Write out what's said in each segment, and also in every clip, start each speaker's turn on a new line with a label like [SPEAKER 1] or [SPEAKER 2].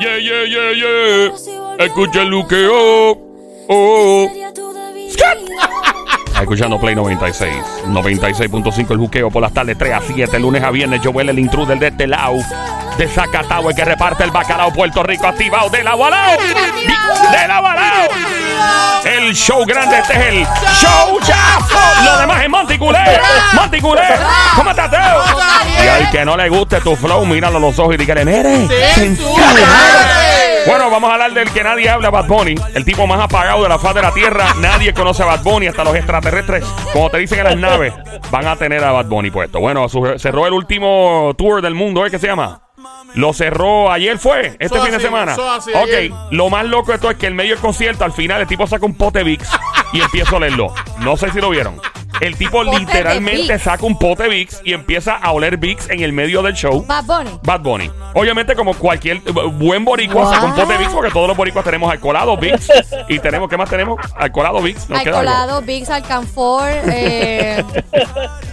[SPEAKER 1] yeah, yeah, yeah. Escucha el luqueo. Oh. Escuchando Play 96. 96.5 el juqueo por las tardes 3 a 7. Lunes a viernes. Joel el intruder de este lado. De Zacatau, el que reparte el bacalao Puerto Rico activado. De la balao. De la balao. El show grande. Este es el show ya. Lo demás es Monticulé. Monticulé. ¿Cómo estás, Teo? Y al que no le guste tu flow, míralo a los ojos y dígale, mire. Bueno, vamos a hablar del que nadie habla, Bad Bunny. El tipo más apagado de la faz de la Tierra. Nadie conoce a Bad Bunny, hasta los extraterrestres. Como te dicen en las naves, van a tener a Bad Bunny puesto. Bueno, su- cerró el último tour del mundo, ¿eh? ¿Qué se llama? Lo cerró ayer, ¿fue? Este
[SPEAKER 2] Eso
[SPEAKER 1] fin de
[SPEAKER 2] así,
[SPEAKER 1] semana.
[SPEAKER 2] eso así,
[SPEAKER 1] ok,
[SPEAKER 2] ayer.
[SPEAKER 1] lo más loco de esto es que en medio del concierto, al final, el tipo saca un pote Vicks y empieza a olerlo. No sé si lo vieron. El tipo
[SPEAKER 3] Pote de
[SPEAKER 1] literalmente
[SPEAKER 3] Vicks.
[SPEAKER 1] saca un pote Vicks y empieza a oler Vicks en el medio del show.
[SPEAKER 3] Bad Bunny.
[SPEAKER 1] Bad Bunny. Obviamente, como cualquier eh, buen boricua,
[SPEAKER 3] Wow.
[SPEAKER 1] sacó un pote de Vicks, porque todos los boricuas tenemos alcoholado Vicks. y tenemos, ¿qué más tenemos? Alcoholado Vicks. Nos queda algo.
[SPEAKER 3] Alcolado, Biggs, Alcanfor, eh,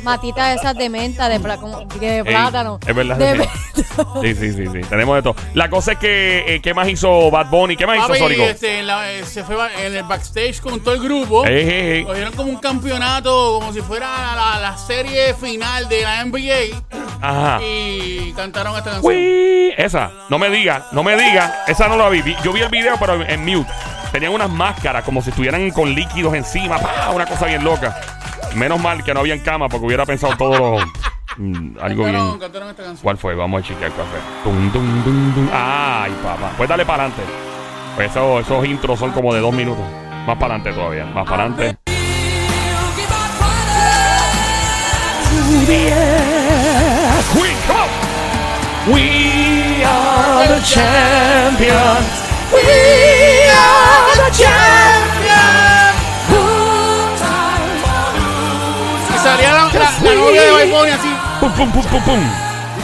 [SPEAKER 3] matitas esas de menta, de, pla- como- de
[SPEAKER 1] Ey,
[SPEAKER 3] plátano.
[SPEAKER 1] es verdad,
[SPEAKER 3] De
[SPEAKER 1] sí.
[SPEAKER 3] menta.
[SPEAKER 1] Sí, sí, sí, sí. Tenemos de todo. La cosa es que, eh, ¿qué más hizo Bad Bunny? ¿Qué más hizo
[SPEAKER 2] Papi,
[SPEAKER 1] Sónico?
[SPEAKER 2] este, en la- eh, se fue ba- en el backstage con todo el grupo.
[SPEAKER 1] Ey, ey, ey.
[SPEAKER 2] Cogieron como un campeonato, como si fuera la, la serie final de la NBA.
[SPEAKER 1] Ajá.
[SPEAKER 2] Y cantaron esta canción.
[SPEAKER 1] Uy, Esa, no me diga, no me diga. Esa no la vi. Vi- Yo vi el video, pero en, en mute. Tenían unas máscaras como si estuvieran con líquidos encima. ¡pa! Una cosa bien loca. Menos mal que no había en cama porque hubiera pensado todo lo- mm, algo
[SPEAKER 2] cantaron,
[SPEAKER 1] bien.
[SPEAKER 2] cantaron esta canción.
[SPEAKER 1] ¿Cuál fue? Vamos a chequear cuál fue. Dum, dum, dum, dum. Ay, papá. Pues dale para adelante. Pues eso- esos intros son como de dos minutos. Más para adelante todavía. Más para adelante. Queen, come on. We are the champions. We are the champions.
[SPEAKER 2] Y salía la, la, la novia de Bad Bunny así.
[SPEAKER 1] Pum, pum, pum, pum, pum.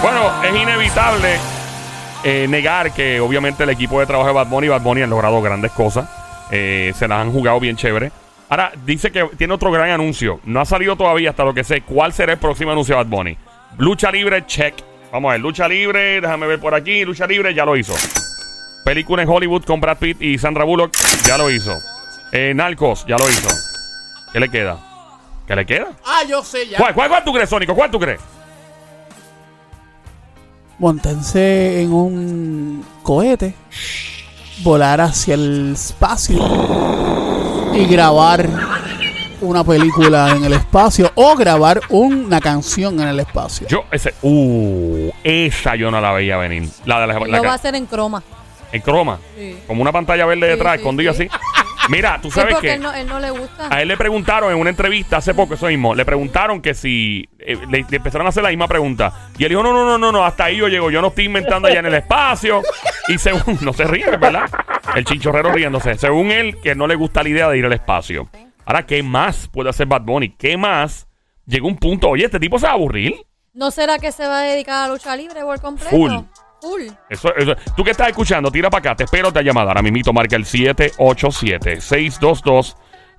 [SPEAKER 1] Bueno, es inevitable eh, negar que obviamente el equipo de trabajo de Bad Bunny y Bad Bunny han logrado grandes cosas. Eh, se las han jugado bien chévere. Ahora, dice que tiene otro gran anuncio. No ha salido todavía hasta lo que sé. ¿Cuál será el próximo anuncio de Bad Bunny? Lucha libre, check. Vamos a ver, lucha libre, déjame ver por aquí. Lucha libre, ya lo hizo. Película en Hollywood con Brad Pitt y Sandra Bullock, ya lo hizo. Eh, Narcos, ya lo hizo. ¿Qué le queda? ¿Qué le queda?
[SPEAKER 2] Ah, yo sé ya.
[SPEAKER 1] ¿Cuál, cuál, cuál tú crees, Sónico? ¿Cuál tú crees?
[SPEAKER 4] montarse en un cohete, volar hacia el espacio y grabar una película en el espacio o grabar una canción en el espacio.
[SPEAKER 1] Yo, ese, uh, esa yo no la veía venir. La de la, la
[SPEAKER 3] Lo va a
[SPEAKER 1] ca-
[SPEAKER 3] hacer en croma.
[SPEAKER 1] en croma.
[SPEAKER 3] Sí.
[SPEAKER 1] Como una pantalla verde detrás,
[SPEAKER 3] sí,
[SPEAKER 1] escondida
[SPEAKER 3] sí.
[SPEAKER 1] así. Mira, tú
[SPEAKER 3] Sí,
[SPEAKER 1] sabes
[SPEAKER 3] porque
[SPEAKER 1] que
[SPEAKER 3] él no, él no le gusta.
[SPEAKER 1] a él le preguntaron en una entrevista hace poco, eso mismo, le preguntaron que si eh, le, le empezaron a hacer la misma pregunta. Y él dijo, no, no, no, no, no, hasta ahí yo llego, yo no estoy inventando allá en el espacio. Y según, no se ríe, ¿verdad? El chinchorrero riéndose. Según él, que no le gusta la idea de ir al espacio. Ahora, ¿qué más puede hacer Bad Bunny? ¿Qué más? Llegó un punto, oye, este tipo se va a aburrir.
[SPEAKER 3] ¿No será que se va a dedicar a la lucha libre por completo?
[SPEAKER 1] Full.
[SPEAKER 3] Full.
[SPEAKER 1] Eso, eso- Tú que estás escuchando, tira para acá, te espero otra llamada. Ahora mismo marca el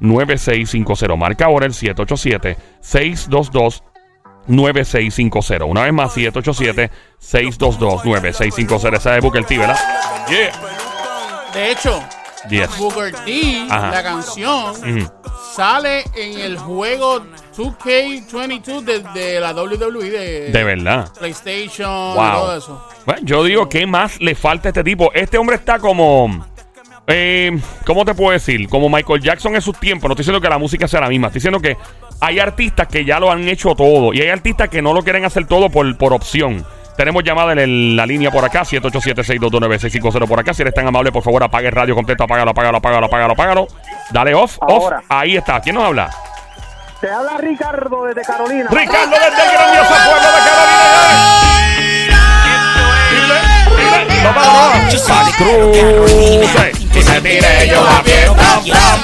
[SPEAKER 1] 787-622-9650. Marca ahora el 787-622-9650. Una vez más, 787-622-9650. Esa es Booker T, ¿verdad? Yeah.
[SPEAKER 2] De hecho,
[SPEAKER 1] Yes.
[SPEAKER 2] Booker T,
[SPEAKER 1] Ajá.
[SPEAKER 2] la canción,
[SPEAKER 1] Ujú.
[SPEAKER 2] sale en el juego 2K22 de, de la WWE de,
[SPEAKER 1] De verdad.
[SPEAKER 2] PlayStation y
[SPEAKER 1] Wow.
[SPEAKER 2] todo eso.
[SPEAKER 1] Bueno, yo digo, ¿qué más le falta a este tipo? Este hombre está como. eh, ¿Cómo te puedo decir? Como Michael Jackson en sus tiempos. No estoy diciendo que la música sea la misma. Estoy diciendo que hay artistas que ya lo han hecho todo. Y hay artistas que no lo quieren hacer todo por, por opción. Tenemos llamada en el- la línea por acá, 787-622-9650 por acá. Si eres tan amable, por favor, apague el radio completo. Apágalo, apágalo, apágalo, apágalo, apágalo. Dale off,
[SPEAKER 5] Ahora.
[SPEAKER 1] off. Ahí está. ¿Quién nos habla?
[SPEAKER 5] Te habla Ricardo desde Carolina.
[SPEAKER 1] Ricardo desde el grandioso pueblo de Carolina. Dile, dile, no, no, no. Santa Cruz. Y me tiré yo a pie, pam, pam.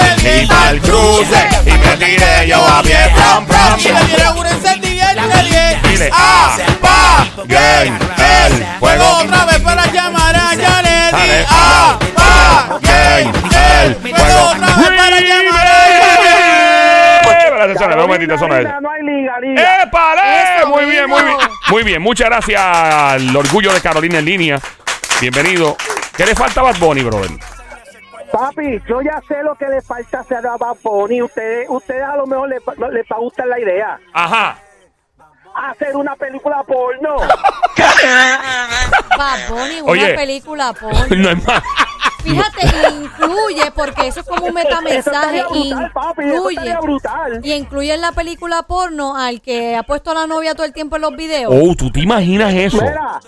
[SPEAKER 1] Y pa'l cruce. Y me tiré yo a pie, pam, pam. Dile, ah, bien, el fuego.
[SPEAKER 2] Otra vez para llamar a Janet.
[SPEAKER 1] Dale,
[SPEAKER 2] y- Ah, ah,
[SPEAKER 1] bien, el fuego.
[SPEAKER 2] Otra vez para llamar
[SPEAKER 1] Vive. Espérate, suena, no, mentira, suena eso.
[SPEAKER 5] no hay liga, liga.
[SPEAKER 1] ¡Épale!
[SPEAKER 3] Eso
[SPEAKER 1] Muy bien,
[SPEAKER 3] mismo.
[SPEAKER 1] muy bien. Muy bien, muchas gracias al orgullo de Carolina en línea. Bienvenido. ¿Qué le falta a Bad Bunny, brother?
[SPEAKER 5] Papi, yo ya sé lo que le falta hacer a Bad Bunny. Ustedes, ustedes a lo mejor les, va- les va a gustar la idea.
[SPEAKER 1] Ajá.
[SPEAKER 5] Hacer una película porno.
[SPEAKER 3] Bad Bunny, una
[SPEAKER 1] Oye.
[SPEAKER 3] película porno.
[SPEAKER 1] No es más.
[SPEAKER 3] Fíjate, incluye, porque eso es como un metamensaje.
[SPEAKER 5] Eso estaría brutal, papi, eso
[SPEAKER 3] incluye.
[SPEAKER 5] estaría brutal.
[SPEAKER 3] Y incluye en la película porno al que ha puesto a la novia todo el tiempo en los videos.
[SPEAKER 1] Oh, ¿tú te imaginas eso?
[SPEAKER 5] Mira,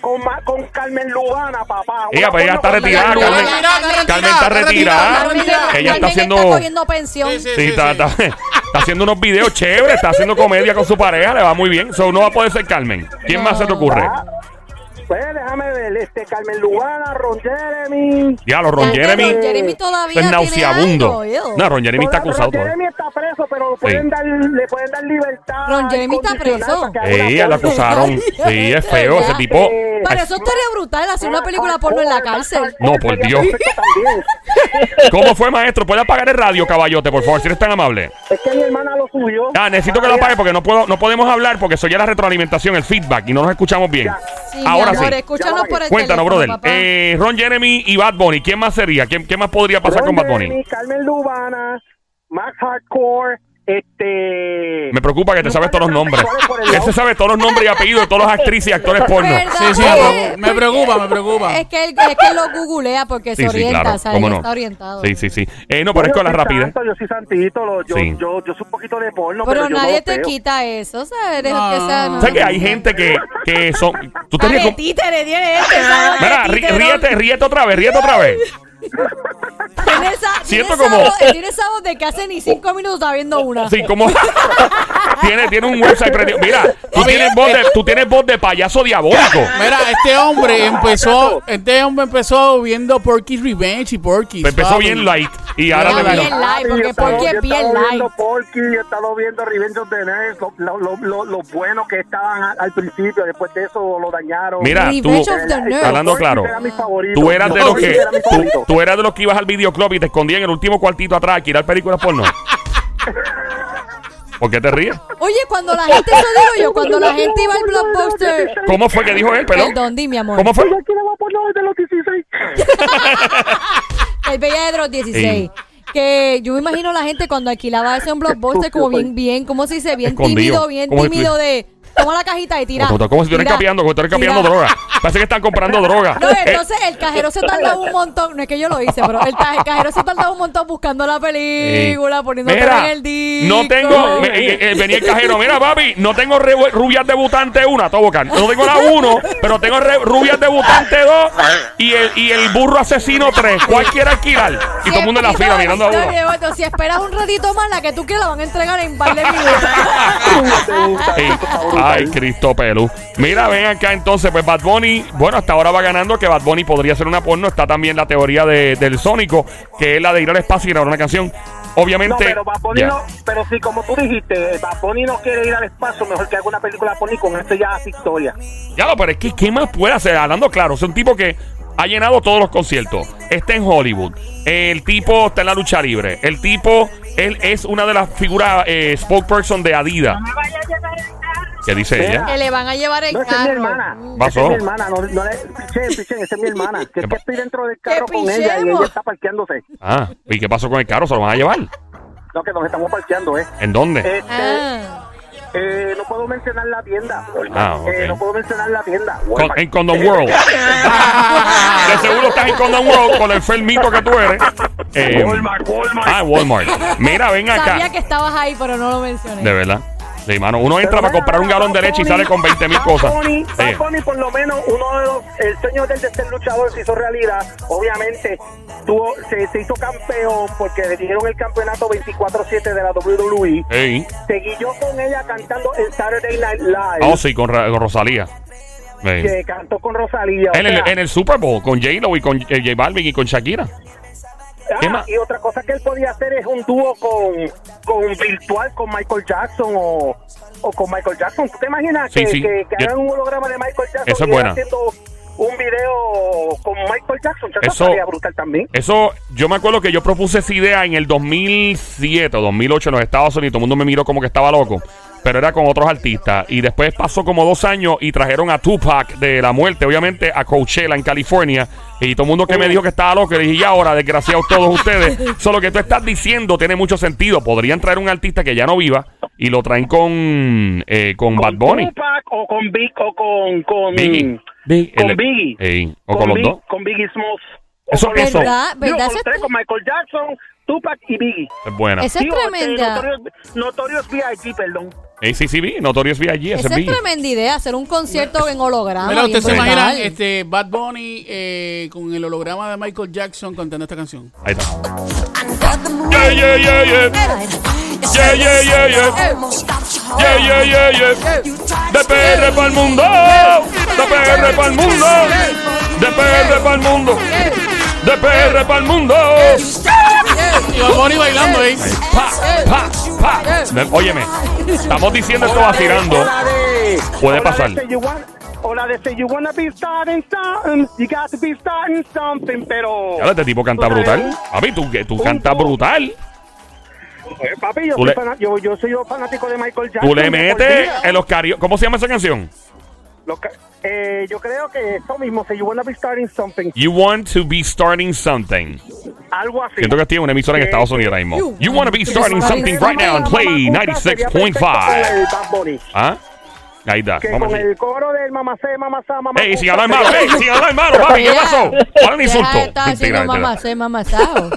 [SPEAKER 5] con, ma- con Carmen Lubana, papá.
[SPEAKER 1] Ella,
[SPEAKER 5] Una
[SPEAKER 1] pero ella pues está
[SPEAKER 5] porno
[SPEAKER 1] retirada,
[SPEAKER 5] con Carmen
[SPEAKER 1] Ah, Carmen.
[SPEAKER 3] Lubana.
[SPEAKER 1] Carmen está retirada.
[SPEAKER 3] Carmen-
[SPEAKER 1] Ella está
[SPEAKER 3] Carmen
[SPEAKER 1] haciendo-
[SPEAKER 3] cogiendo pensión.
[SPEAKER 2] Sí, sí.
[SPEAKER 1] Sí, está, está- está haciendo unos videos chéveres, está haciendo comedia con su pareja, le va muy bien. So, no va a poder ser Carmen. ¿Quién más se te ocurre?
[SPEAKER 5] Pues déjame ver, este, Carmen Lubana, Ron Jeremy.
[SPEAKER 1] Ya, los Ron
[SPEAKER 3] Carmen,
[SPEAKER 1] Jeremy.
[SPEAKER 3] Ron Jeremy
[SPEAKER 1] Eso
[SPEAKER 3] todavía
[SPEAKER 1] es
[SPEAKER 3] tiene
[SPEAKER 1] nauseabundo.
[SPEAKER 3] algo, ew.
[SPEAKER 1] No, Ron Jeremy está
[SPEAKER 5] Ron-
[SPEAKER 1] acusado.
[SPEAKER 5] Ron
[SPEAKER 1] todavía.
[SPEAKER 5] Jeremy está preso, pero lo pueden
[SPEAKER 1] Sí.
[SPEAKER 5] dar, le pueden dar libertad.
[SPEAKER 3] Ron Jeremy está
[SPEAKER 5] incondicional
[SPEAKER 3] preso.
[SPEAKER 5] para que haga
[SPEAKER 1] Ella
[SPEAKER 5] una
[SPEAKER 1] la
[SPEAKER 5] porno.
[SPEAKER 1] acusaron. Sí, es feo ese tipo.
[SPEAKER 3] Pero eso estaría brutal, hacer una
[SPEAKER 5] Ah,
[SPEAKER 3] película porno en la cárcel.
[SPEAKER 1] No, por Dios.
[SPEAKER 5] oh, También.
[SPEAKER 1] ¿Cómo fue, maestro? ¿Puede apagar el radio, caballote, por favor, si eres tan amable?
[SPEAKER 5] Es que mi hermana lo subió.
[SPEAKER 1] Ah, necesito que lo
[SPEAKER 5] Ah,
[SPEAKER 1] apague porque no puedo, no podemos hablar porque soy ya la retroalimentación, el feedback y no nos escuchamos bien.
[SPEAKER 3] Sí,
[SPEAKER 1] Ahora
[SPEAKER 3] mi amor,
[SPEAKER 1] sí.
[SPEAKER 3] escúchanos por el teléfono,
[SPEAKER 1] Cuéntanos, brother.
[SPEAKER 3] papá.
[SPEAKER 1] Eh, Ron Jeremy y Bad Bunny, ¿quién más sería? ¿Quién, quién más podría pasar
[SPEAKER 5] Ron
[SPEAKER 1] con Bad Bunny?
[SPEAKER 5] Jeremy, Carmen Lubana, Max Hardcore, este...
[SPEAKER 1] Me preocupa que te
[SPEAKER 5] No
[SPEAKER 1] sabes todos los
[SPEAKER 5] sale
[SPEAKER 1] nombres.
[SPEAKER 5] transexuales por el
[SPEAKER 1] Él se
[SPEAKER 5] lado.
[SPEAKER 1] sabe todos los nombres y apellidos de todas las actrices y actores porno.
[SPEAKER 3] ¿Verdad?
[SPEAKER 4] Sí, sí,
[SPEAKER 3] Oye,
[SPEAKER 4] me preocupa, me preocupa.
[SPEAKER 3] Es que él, es que él lo googlea porque se orienta, ¿sabes?
[SPEAKER 1] cómo
[SPEAKER 3] Él
[SPEAKER 1] no.
[SPEAKER 3] está orientado.
[SPEAKER 1] Sí, sí, sí. Eh, no, pero es
[SPEAKER 5] Yo
[SPEAKER 1] con la
[SPEAKER 5] soy
[SPEAKER 1] rapidez.
[SPEAKER 5] santo, Yo soy santito, lo- yo,
[SPEAKER 1] Sí.
[SPEAKER 5] yo, yo soy un poquito de porno, pero,
[SPEAKER 3] Pero
[SPEAKER 5] yo
[SPEAKER 3] nadie
[SPEAKER 5] no
[SPEAKER 3] te
[SPEAKER 5] veo.
[SPEAKER 3] quita eso, ¿sabes? Eres
[SPEAKER 4] No.
[SPEAKER 3] que sea- no,
[SPEAKER 1] ¿Sabes que
[SPEAKER 3] no,
[SPEAKER 1] hay
[SPEAKER 3] no.
[SPEAKER 1] gente que, que son. Tú te
[SPEAKER 3] Dale,
[SPEAKER 1] ríes. con-
[SPEAKER 3] títere, tiene este, ¿sabes?
[SPEAKER 1] Mira, rí-
[SPEAKER 3] Títere,
[SPEAKER 1] ríete, ríete otra vez, ríete otra vez.
[SPEAKER 3] Tiene esa,
[SPEAKER 1] Siento
[SPEAKER 3] Siento
[SPEAKER 1] como-
[SPEAKER 3] como... tiene esa voz de que hace ni cinco minutos está viendo una.
[SPEAKER 1] Sí, como. tiene, tiene un website prendido. Mira, tú tienes, voz
[SPEAKER 3] eh.
[SPEAKER 1] de, tú tienes voz de payaso diabólico.
[SPEAKER 4] Mira, este hombre empezó, este hombre empezó viendo Porky's Revenge y Porky's.
[SPEAKER 1] Pues Empezó
[SPEAKER 4] papi.
[SPEAKER 1] bien light y ahora
[SPEAKER 3] Mira,
[SPEAKER 1] le ganó.
[SPEAKER 3] bien light,
[SPEAKER 5] Papi, yo
[SPEAKER 3] porque
[SPEAKER 5] he estado-
[SPEAKER 3] Porky es
[SPEAKER 5] yo he
[SPEAKER 3] bien
[SPEAKER 5] estado
[SPEAKER 3] light.
[SPEAKER 5] viendo Porky, yo he estado viendo Revenge of the Nerds, lo, lo, lo, lo- lo bueno que estaban al, al principio, después de eso lo dañaron. Eh,
[SPEAKER 1] Mira, tú,
[SPEAKER 3] Revenge of the Nerds.
[SPEAKER 1] hablando
[SPEAKER 5] Porky
[SPEAKER 1] claro,
[SPEAKER 5] era mi favorito.
[SPEAKER 1] tú eras de los
[SPEAKER 5] Porky
[SPEAKER 1] que
[SPEAKER 5] era mi
[SPEAKER 1] tú,
[SPEAKER 5] favorito.
[SPEAKER 1] tú eras de los que ibas al videoclub y te escondías en el último cuartito atrás a tirar películas porno. ¿Por qué te ríes?
[SPEAKER 3] Oye, cuando la gente, eso digo yo, cuando la gente iba al blockbuster.
[SPEAKER 1] ¿Cómo fue que dijo él, perdón?
[SPEAKER 3] Perdón, di mi amor.
[SPEAKER 1] ¿Cómo fue?
[SPEAKER 5] Yo aquí le voy a poner desde los 16.
[SPEAKER 3] El Bella de los 16. Que yo me imagino la gente cuando alquilaba eso en Blockbuster como bien, bien, ¿cómo se dice? Bien
[SPEAKER 1] Escondido.
[SPEAKER 3] tímido, bien
[SPEAKER 1] Como si
[SPEAKER 3] tímido de... Toma la cajita y tira.
[SPEAKER 1] Como, como si estuvieran
[SPEAKER 3] tira,
[SPEAKER 1] capeando, como si estuvieran capeando
[SPEAKER 3] tira.
[SPEAKER 1] droga. Parece que están comprando droga.
[SPEAKER 3] No,
[SPEAKER 1] Eh,
[SPEAKER 3] entonces el cajero se tardaba un montón. No es que yo lo hice, pero el, ta- el cajero se tardaba un montón buscando la película, poniendo
[SPEAKER 1] eh, Mira,
[SPEAKER 3] en el disco.
[SPEAKER 1] No tengo. me- eh, eh, venía el cajero. Mira, papi, no tengo re- rubias debutante una, todo boca. No tengo la uno, pero tengo re- rubias debutante dos y el, y el burro asesino tres. ¿Cuál quiere alquilar? Y todo el mundo en la fila mirando a
[SPEAKER 3] No,
[SPEAKER 1] uno.
[SPEAKER 3] no, no, Si esperas un ratito más, la que tú quieras la van a entregar en par de
[SPEAKER 5] gusta.
[SPEAKER 3] minutos.
[SPEAKER 1] Ey, Ay, Cristo Pelú. Mira, ven acá entonces, pues Bad Bunny, bueno, hasta ahora va ganando que Bad Bunny podría ser una porno. Está también la teoría de- del Sónico, que es la de ir al espacio y grabar una canción.
[SPEAKER 5] No,
[SPEAKER 1] Obviamente.
[SPEAKER 5] pero Bad Bunny
[SPEAKER 1] Ya.
[SPEAKER 5] no, pero si como tú dijiste, Bad Bunny no quiere ir al espacio, mejor que haga una película Pony con este ya hace historia.
[SPEAKER 1] Ya lo, pero es que ¿qué más puede hacer? Hablando claro, es un tipo que ha llenado todos los conciertos. Está en Hollywood. El tipo está en la lucha libre. El tipo, él es una de las figuras eh, spokesperson de Adidas. ¿Qué dice
[SPEAKER 5] Mira.
[SPEAKER 1] ella?
[SPEAKER 3] que le van a llevar el
[SPEAKER 5] No, esa es mi
[SPEAKER 3] carro.
[SPEAKER 5] hermana.
[SPEAKER 1] Pasó.
[SPEAKER 5] Esa es mi hermana. No, no le, pichen, pichen, esa es mi hermana. Que es que estoy dentro del carro
[SPEAKER 3] Que
[SPEAKER 5] con ella y
[SPEAKER 3] pichemos.
[SPEAKER 5] ella está parqueándose.
[SPEAKER 1] Ah, ¿y qué pasó con el carro? ¿Se lo van a llevar?
[SPEAKER 5] No, que nos estamos parqueando, ¿eh?
[SPEAKER 1] ¿En dónde?
[SPEAKER 5] Este,
[SPEAKER 3] Ah,
[SPEAKER 5] eh, no puedo mencionar la tienda.
[SPEAKER 1] Ah, ok.
[SPEAKER 5] Eh, no puedo mencionar la tienda.
[SPEAKER 1] Con- en Condom World. De seguro estás en Condom World con el enfermito que tú eres. Eh,
[SPEAKER 5] Walmart, Walmart.
[SPEAKER 1] ah, Walmart. Mira, ven acá.
[SPEAKER 3] sabía que estabas ahí, pero no lo mencioné.
[SPEAKER 1] De verdad. Sí, mano. Uno
[SPEAKER 5] Pero
[SPEAKER 1] entra para
[SPEAKER 5] mira,
[SPEAKER 1] comprar un
[SPEAKER 5] mira,
[SPEAKER 1] galón de
[SPEAKER 5] Bad
[SPEAKER 1] leche y
[SPEAKER 5] Bunny-
[SPEAKER 1] sale con 20 mil
[SPEAKER 5] Bad
[SPEAKER 1] cosas. Eh,
[SPEAKER 5] Bunny-
[SPEAKER 1] Sí.
[SPEAKER 5] Bad Bunny, por lo menos, uno de los. El sueño del tercer luchador se hizo realidad. Obviamente, tuvo, se, se hizo campeón porque le dieron el campeonato 24-7 de la WWE.
[SPEAKER 1] Ey.
[SPEAKER 5] Seguí yo con ella cantando en Saturday Night Live.
[SPEAKER 1] Oh, sí, con, Ra- con Rosalía. Ey.
[SPEAKER 5] Que cantó con Rosalía. o
[SPEAKER 1] Este. En, el,
[SPEAKER 5] sea,
[SPEAKER 1] en el Super Bowl, con J-Lo y con eh, J Balvin y con Shakira.
[SPEAKER 5] ah,
[SPEAKER 1] ¿qué más?
[SPEAKER 5] y otra cosa que él podía hacer es un dúo con, con virtual, con Michael Jackson o, o con Michael Jackson. ¿Tú te imaginas
[SPEAKER 1] Sí,
[SPEAKER 5] que,
[SPEAKER 1] sí.
[SPEAKER 5] que- que
[SPEAKER 1] Yo-
[SPEAKER 5] hagan un holograma de Michael Jackson
[SPEAKER 1] Eso es
[SPEAKER 5] y él
[SPEAKER 1] buena.
[SPEAKER 5] haciendo un video con Michael Jackson? Eso,
[SPEAKER 1] Eso-
[SPEAKER 5] estaría brutal también.
[SPEAKER 1] Eso, yo me acuerdo que yo propuse esa idea en el 2007 o 2008 en los Estados Unidos. Todo el mundo me miró como que estaba loco. pero era con otros artistas. Y después pasó como dos años y trajeron a Tupac de la muerte, obviamente, a Coachella en California. Y todo el mundo que me dijo que estaba loco, le dije, y ahora, desgraciados todos ustedes, solo que tú estás diciendo tiene mucho sentido. Podrían traer un artista que ya no viva y lo traen con, eh, con, Bad Bunny.
[SPEAKER 5] Tupac o con Big o con con
[SPEAKER 1] Biggie.
[SPEAKER 5] con
[SPEAKER 1] El-
[SPEAKER 5] Biggie.
[SPEAKER 1] Ey, o con, los
[SPEAKER 5] Big-
[SPEAKER 1] dos.
[SPEAKER 5] Con Biggie Smalls. O
[SPEAKER 1] Eso-
[SPEAKER 5] con los
[SPEAKER 1] eso-
[SPEAKER 5] tres.
[SPEAKER 3] ¿Verdad?
[SPEAKER 5] Digo,
[SPEAKER 3] ¿Verdad?
[SPEAKER 5] con los
[SPEAKER 3] Eso
[SPEAKER 5] tres,
[SPEAKER 3] es-
[SPEAKER 5] con Michael Jackson, Tupac y Biggie.
[SPEAKER 1] Es buena.
[SPEAKER 3] Esa es
[SPEAKER 5] Digo, este,
[SPEAKER 3] tremenda.
[SPEAKER 5] Notorious- Notorious B.I.G., perdón.
[SPEAKER 1] ACCB, Notorious B.I.G. ese
[SPEAKER 3] Esa
[SPEAKER 1] es
[SPEAKER 3] es
[SPEAKER 1] B.
[SPEAKER 3] tremenda idea, hacer un concierto en holograma.
[SPEAKER 1] Ah,
[SPEAKER 2] Mira,
[SPEAKER 3] bien
[SPEAKER 2] ¿usted se
[SPEAKER 3] brutal.
[SPEAKER 2] imagina este, Bad Bunny eh, con el holograma de Michael Jackson cantando esta canción?
[SPEAKER 1] Ahí está.
[SPEAKER 6] Yeah, yeah, yeah, yeah. Yeah, yeah, yeah, yeah.
[SPEAKER 1] Yeah, yeah,
[SPEAKER 6] yeah.
[SPEAKER 1] yeah, yeah. De PR para el mundo. De PR para el mundo. De PR para el mundo. De PR para el mundo.
[SPEAKER 2] Y Bad Bunny bailando, ¿eh?
[SPEAKER 1] Pa, pa, pa. Me- Óyeme, estamos diciendo esto vacilando. Puede pasar.
[SPEAKER 5] O la de Say You Wanna- o la de Say You Wanna Be Starting Something, You Got to Be Starting Something, pero.
[SPEAKER 1] Ya este tipo canta brutal. A mí, tú, tú cantas brutal.
[SPEAKER 5] Eh, papi, yo
[SPEAKER 1] Tú
[SPEAKER 5] soy,
[SPEAKER 1] le-
[SPEAKER 5] fana- yo, yo soy yo fanático de Michael Jackson.
[SPEAKER 1] Tú le
[SPEAKER 5] de por
[SPEAKER 1] metes
[SPEAKER 5] vida.
[SPEAKER 1] en los carios. ¿Cómo se llama esa canción?
[SPEAKER 5] Lo que- eh, yo creo que eso mismo, Say You Wanna Be Starting Something,
[SPEAKER 1] You want to be starting something.
[SPEAKER 5] algo así.
[SPEAKER 1] Siento que estoy en una emisora en
[SPEAKER 5] Sí.
[SPEAKER 1] Estados Unidos ahora mismo.
[SPEAKER 3] You
[SPEAKER 1] You want to be starting something right now and play
[SPEAKER 5] Mamá Cuca sería perfecto con
[SPEAKER 1] 96.5.
[SPEAKER 5] el Bad Bunny,
[SPEAKER 1] ¿Ah? Ahí está.
[SPEAKER 5] Que
[SPEAKER 1] Vamos a
[SPEAKER 5] con
[SPEAKER 1] ver.
[SPEAKER 5] el coro del mamá C, mamá Sa, mamá
[SPEAKER 1] ¡Ey,
[SPEAKER 5] Cuca
[SPEAKER 1] sin hablar malo!
[SPEAKER 5] sería-
[SPEAKER 1] ¡Ey, sin hablar malo, papi! ¿Qué
[SPEAKER 3] Ella
[SPEAKER 1] pasó? ¿Cuál es el insulto?
[SPEAKER 3] Deja de estar
[SPEAKER 1] Mentira,
[SPEAKER 3] haciendo
[SPEAKER 1] mentira.
[SPEAKER 3] mamacé, mamazao.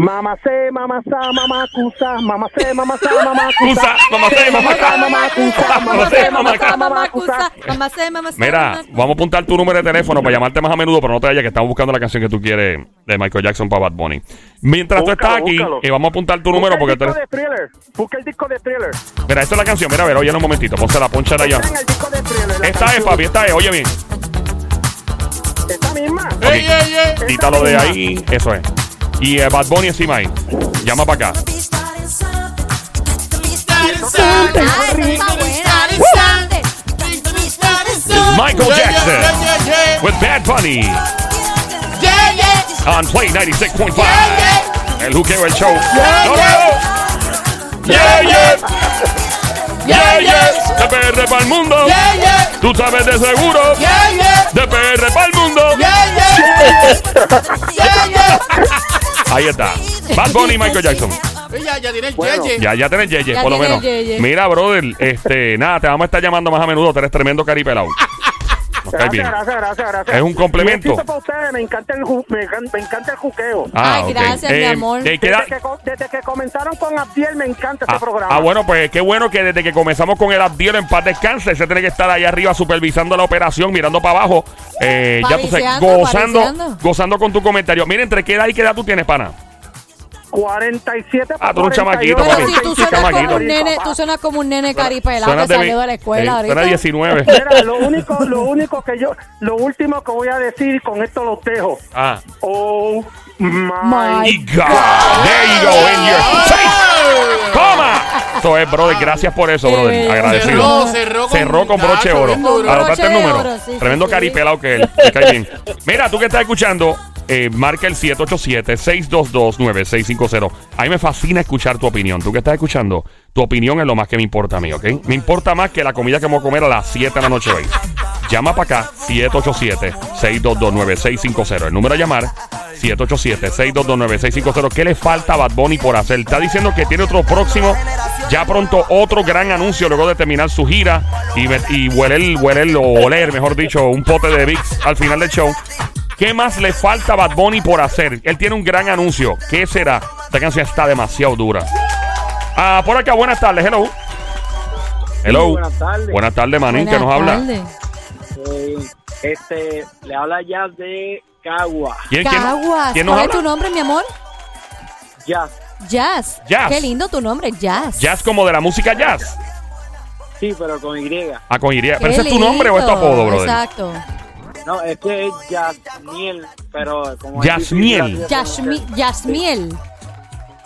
[SPEAKER 5] Mamá C, mamá Sa, mamá Cusa, mamá C, mamá Sa, mamá
[SPEAKER 1] Cusa,
[SPEAKER 5] Cusa.
[SPEAKER 1] mamá C, mamá Sa,
[SPEAKER 5] mamá Cusa, mamá
[SPEAKER 1] Mamacé,
[SPEAKER 5] C,
[SPEAKER 1] mamá
[SPEAKER 5] mamá
[SPEAKER 1] Sa,
[SPEAKER 5] Sa, mamá Cusa.
[SPEAKER 3] mamacé, mamacé.
[SPEAKER 1] Mira, vamos a apuntar tu número de teléfono para llamarte más a menudo, pero no te vayas que estamos buscando la canción que tú quieres de Michael Jackson para Bad Bunny. Mientras tú
[SPEAKER 5] Búscalo,
[SPEAKER 1] estás aquí,
[SPEAKER 5] búscalo.
[SPEAKER 1] eh, vamos a apuntar tu número porque tú
[SPEAKER 5] Busca el
[SPEAKER 1] eres...
[SPEAKER 5] disco de Thriller. Busca el disco de Thriller.
[SPEAKER 1] Mira, esta es la canción. Mira, a ver, oye un momentito. Ponse la poncha allá.
[SPEAKER 5] Busca en el disco de Thriller, la
[SPEAKER 1] Esta es,
[SPEAKER 5] canción.
[SPEAKER 1] papi, esta es. Oye bien.
[SPEAKER 5] Esta misma.
[SPEAKER 1] Ok.
[SPEAKER 2] ¡Ey, ey, ey!
[SPEAKER 1] Quítalo de ahí. Eso es. Y eh, Bad Bunny encima ahí. Llama para acá.
[SPEAKER 3] Ah, esa está buena.
[SPEAKER 1] Michael
[SPEAKER 2] Yeah, yeah,
[SPEAKER 1] Jackson.
[SPEAKER 2] yeah, yeah,
[SPEAKER 1] With Bad Bunny.
[SPEAKER 2] yeah. Yeah, yeah.
[SPEAKER 1] On Play 96.5.
[SPEAKER 2] yeah.
[SPEAKER 1] El Juqueo, el show.
[SPEAKER 2] Yeah,
[SPEAKER 1] ¡No, no, no! Yeah, yeah. Yeah, yeah. De PR para el mundo.
[SPEAKER 2] Yeah, yeah.
[SPEAKER 1] Tú sabes de seguro.
[SPEAKER 2] Yeah, yeah.
[SPEAKER 1] De PR para el mundo.
[SPEAKER 2] Yeah, yeah. Yeah, yeah.
[SPEAKER 1] Ahí está. Bad Bunny y Michael Jackson.
[SPEAKER 2] Ey, Ya, ya tiene el
[SPEAKER 5] Bueno.
[SPEAKER 2] yeye.
[SPEAKER 1] Ya, ya tenés Yeye,
[SPEAKER 3] Ya
[SPEAKER 1] por lo
[SPEAKER 3] tienes
[SPEAKER 1] menos.
[SPEAKER 3] yeye.
[SPEAKER 1] Mira, brother, este, nada, te vamos a estar llamando más a menudo. Tú eres tremendo caripelado. Nos caes
[SPEAKER 5] Gracias,
[SPEAKER 1] bien.
[SPEAKER 5] gracias, gracias, gracias.
[SPEAKER 1] Es un complemento.
[SPEAKER 5] Un besito para ustedes, me encanta el, ju- me, encan- me encanta el juqueo.
[SPEAKER 1] Ah,
[SPEAKER 3] Ay,
[SPEAKER 1] ok.
[SPEAKER 3] gracias, mi amor.
[SPEAKER 1] eh, ¿qué
[SPEAKER 5] Desde
[SPEAKER 1] da-
[SPEAKER 5] que, co- desde que comenzaron con Abdiel me encanta
[SPEAKER 1] Ah,
[SPEAKER 5] este programa.
[SPEAKER 1] ah, bueno, pues qué bueno que desde que comenzamos con el Abdiel en paz descanse, se tiene que estar ahí arriba supervisando la operación, mirando para abajo, eh, ya tú sabes,
[SPEAKER 3] Pariseando,
[SPEAKER 1] gozando,
[SPEAKER 3] pariseando.
[SPEAKER 1] gozando con tu comentario. Mira, entre qué edad y qué edad tú tienes, pana.
[SPEAKER 5] 47
[SPEAKER 1] Ah, tú eres un chamaquito,
[SPEAKER 3] Pero
[SPEAKER 1] papi.
[SPEAKER 3] si tú suenas como un nene, tú suenas como un nene caripelado que
[SPEAKER 1] ve-
[SPEAKER 3] salió de la escuela
[SPEAKER 1] eh, suena
[SPEAKER 3] ahorita.
[SPEAKER 1] 19.
[SPEAKER 5] Mira, lo único, lo único que yo, lo último que voy a decir y con esto los dejo.
[SPEAKER 1] ah.
[SPEAKER 5] Oh my
[SPEAKER 3] My
[SPEAKER 1] Y God. There you go, in your face. Toma. Eso es, brother. Gracias por eso,
[SPEAKER 3] Qué
[SPEAKER 1] brother.
[SPEAKER 3] bello.
[SPEAKER 1] Agradecido.
[SPEAKER 2] Cerró, cerró con-
[SPEAKER 1] Cerró con broche de
[SPEAKER 2] Con
[SPEAKER 1] oro.
[SPEAKER 2] broche
[SPEAKER 1] Anotaste el
[SPEAKER 3] de
[SPEAKER 1] número.
[SPEAKER 3] oro, sí, sí,
[SPEAKER 1] Tremendo
[SPEAKER 3] sí.
[SPEAKER 1] caripelado que él. Me cae bien. Mira, tú que estás escuchando, eh, marca el 787-622-9650. A mí me fascina escuchar tu opinión. Tú que estás escuchando, tu opinión es lo más que me importa a mí, ¿ok? Me importa más que la comida que vamos a comer a las 7 de la noche hoy. Llama para acá, 787-622-9650. El número a llamar, 787-622-9650. ¿Qué le falta a Bad Bunny por hacer? Está diciendo que tiene otro próximo, ya pronto otro gran anuncio luego de terminar su gira y, ve- y huele, el- huele el- o oler, mejor dicho, un pote de Vicks al final del show. ¿Qué más le falta a Bad Bunny por hacer? Él tiene un gran anuncio. ¿Qué será? Esta canción está demasiado dura. Ah, por acá, buenas tardes. Hello. Hello.
[SPEAKER 7] Sí, buenas tardes.
[SPEAKER 1] Buenas tardes, Manín, que
[SPEAKER 3] Buenas
[SPEAKER 1] nos habla.
[SPEAKER 3] tardes.
[SPEAKER 7] Eh, este, le habla Jazz de Cagua.
[SPEAKER 1] ¿Quién, quién-
[SPEAKER 3] Caguas.
[SPEAKER 1] quién nos
[SPEAKER 3] ¿Cuál es
[SPEAKER 1] habla?
[SPEAKER 3] tu nombre, mi amor?
[SPEAKER 7] Jazz.
[SPEAKER 3] Jazz.
[SPEAKER 1] Jazz.
[SPEAKER 3] Qué lindo tu nombre, Jazz.
[SPEAKER 1] Jazz como de la música jazz.
[SPEAKER 7] Sí, pero con Y.
[SPEAKER 1] Ah, con iría.
[SPEAKER 3] Qué
[SPEAKER 1] ¿Pero ese es tu
[SPEAKER 3] lindo.
[SPEAKER 1] nombre o es tu apodo, brother?
[SPEAKER 3] Exacto.
[SPEAKER 7] No, este es Jazmiel, pero como.
[SPEAKER 1] Jazmiel.
[SPEAKER 3] Yasmi- Yasmiel.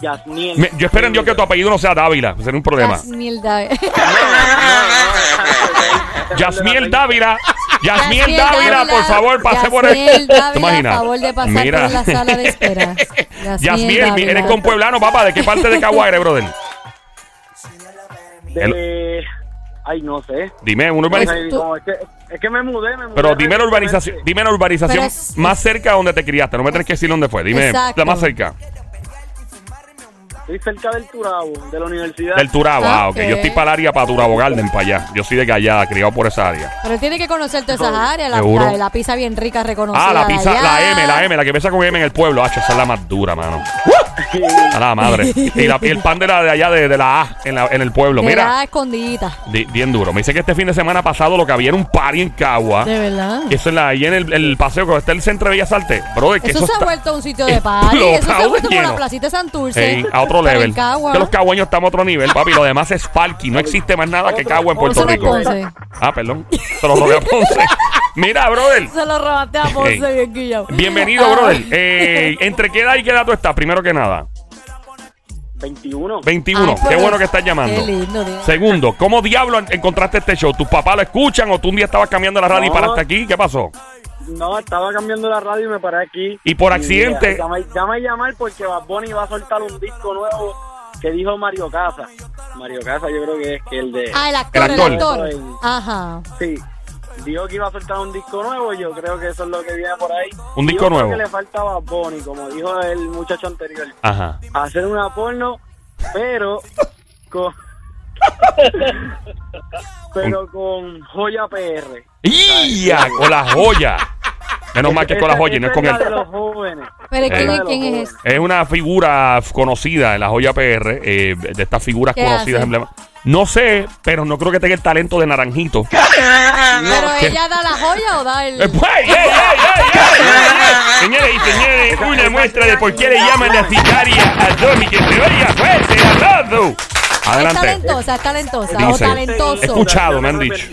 [SPEAKER 7] Jazmiel.
[SPEAKER 1] Me- yo espero en Dios que tu apellido no sea Dávila. Sería un problema.
[SPEAKER 3] Yasmiel David.
[SPEAKER 1] Yasmiel Dávila. Yasmiel
[SPEAKER 3] Yasmiel
[SPEAKER 1] Dávila, por favor, pase por ahí.
[SPEAKER 3] Yasmiel
[SPEAKER 1] ¿Te
[SPEAKER 3] Dávila,
[SPEAKER 1] imaginas?
[SPEAKER 3] por favor de pasar
[SPEAKER 1] Mira.
[SPEAKER 3] por la sala de espera.
[SPEAKER 1] Yasmiel, mi-
[SPEAKER 3] Dávila.
[SPEAKER 1] eres con pueblano, papá. ¿De qué parte de Caguaire, brother?
[SPEAKER 7] de...
[SPEAKER 1] El-
[SPEAKER 7] Ay, no sé.
[SPEAKER 1] Dime, una urbanización.
[SPEAKER 7] Ay,
[SPEAKER 3] tú-
[SPEAKER 7] no, es, que, es que me mudé, me mudé.
[SPEAKER 1] Pero dime la
[SPEAKER 7] recientemente.
[SPEAKER 1] urbanización, dime la urbanización
[SPEAKER 3] pues, Pero es-
[SPEAKER 1] más cerca de donde te criaste. No me tenés que decir dónde fue. Dime
[SPEAKER 3] Exacto.
[SPEAKER 1] la más cerca.
[SPEAKER 7] Estoy cerca del Turabo, de la universidad.
[SPEAKER 1] Del Turabo. Ah, ok.
[SPEAKER 3] Ok.
[SPEAKER 1] Yo estoy para el área, para Turabo Garden, para allá. Yo soy de Gallada, criado por esa área.
[SPEAKER 3] Pero él tiene que conocer todas esas áreas. La,
[SPEAKER 1] Seguro.
[SPEAKER 3] la, la pizza bien rica, reconocida.
[SPEAKER 1] Ah, la
[SPEAKER 3] de
[SPEAKER 1] pizza, la
[SPEAKER 3] allá.
[SPEAKER 1] M, la M, la que empieza con M en el pueblo. Ah, esa es la más dura, mano. A la madre. Y, la- y el pan de la de allá, de, de la A, en, la- en el pueblo.
[SPEAKER 3] De
[SPEAKER 1] Mira,
[SPEAKER 3] verdad, escondidita.
[SPEAKER 1] di- bien duro. Me dice que este fin de semana pasado lo que había era un party en Cagua.
[SPEAKER 3] De verdad.
[SPEAKER 1] Y eso es la, ahí en el, el paseo que está el centro de Bellas Artes. Bro, es que
[SPEAKER 3] Eso,
[SPEAKER 1] eso,
[SPEAKER 3] se
[SPEAKER 1] está-
[SPEAKER 3] ha vuelto un sitio de party. Eso se ha
[SPEAKER 1] explotado
[SPEAKER 3] vuelto
[SPEAKER 1] de
[SPEAKER 3] como la
[SPEAKER 1] lleno.
[SPEAKER 3] placita de Santurce.
[SPEAKER 1] Ey, a otro
[SPEAKER 3] Para
[SPEAKER 1] level.
[SPEAKER 3] el Cagua.
[SPEAKER 1] Que los cagüeños estamos a otro nivel, papi. Lo demás es Falky. No existe más nada que cagua en Puerto
[SPEAKER 3] Eso no es
[SPEAKER 1] Rico.
[SPEAKER 3] Ponce.
[SPEAKER 1] Ah, perdón. Se lo robé a Ponce. Mira, brother.
[SPEAKER 3] Se lo robaste a Ponce,
[SPEAKER 1] Ey.
[SPEAKER 3] bien guillado.
[SPEAKER 1] Bienvenido,
[SPEAKER 3] Ah.
[SPEAKER 1] brother. Eh, ¿Entre qué edad y qué edad tú estás? Primero que nada.
[SPEAKER 7] 21.
[SPEAKER 1] 21.
[SPEAKER 3] Ay,
[SPEAKER 1] qué
[SPEAKER 3] pero-
[SPEAKER 1] bueno que estás llamando.
[SPEAKER 3] Ah, pues, Qué lindo, tío.
[SPEAKER 1] Segundo, ¿cómo diablo en- encontraste este show? ¿Tus papás lo escuchan o tú un día estabas cambiando la radio y
[SPEAKER 7] No.
[SPEAKER 1] paraste aquí? ¿Qué pasó?
[SPEAKER 7] No, estaba cambiando la radio y me paré aquí.
[SPEAKER 1] Y por accidente-
[SPEAKER 7] ya me llama llamar porque Bad Bunny va a soltar un disco nuevo que dijo Mario Casa. Mario Casa yo creo que es que el de...
[SPEAKER 3] Ah, el actor,
[SPEAKER 1] El
[SPEAKER 3] el
[SPEAKER 1] actor.
[SPEAKER 3] actor. Ajá.
[SPEAKER 7] Sí. Dijo que iba a soltar un disco nuevo, yo creo que eso es lo que viene por ahí.
[SPEAKER 1] Un
[SPEAKER 7] Yo
[SPEAKER 1] disco
[SPEAKER 7] creo
[SPEAKER 1] nuevo.
[SPEAKER 7] que le faltaba a Bad Bunny, como dijo el muchacho anterior.
[SPEAKER 1] Ajá.
[SPEAKER 7] Hacer una porno, pero con... pero con joya PR.
[SPEAKER 1] ¡Ya! Con la joya. Menos mal que es con la joya y no es con
[SPEAKER 7] el...
[SPEAKER 1] el.
[SPEAKER 7] de los jóvenes.
[SPEAKER 3] Pero ¿quién,
[SPEAKER 1] Ey.
[SPEAKER 3] es, quién es ese?
[SPEAKER 1] Es una figura conocida en la joya PR, eh, de estas figuras
[SPEAKER 3] ¿Qué
[SPEAKER 1] conocidas.
[SPEAKER 3] hace?
[SPEAKER 1] emblema- No sé, pero no creo que tenga el talento de Naranjito.
[SPEAKER 3] ¿Pero
[SPEAKER 1] ¿qué?
[SPEAKER 3] ella da la joya o da el...?
[SPEAKER 1] Eh, pues, ey, ey, ey, ey, ey, ey. Señores y señores, una muestra de por qué le llaman la sicaria a Domi. Que se oiga fuerte, hablando.
[SPEAKER 3] es
[SPEAKER 1] Adelante.
[SPEAKER 3] talentosa, es talentosa o
[SPEAKER 1] Dice.
[SPEAKER 3] talentoso.
[SPEAKER 1] Escuchado, me han dicho.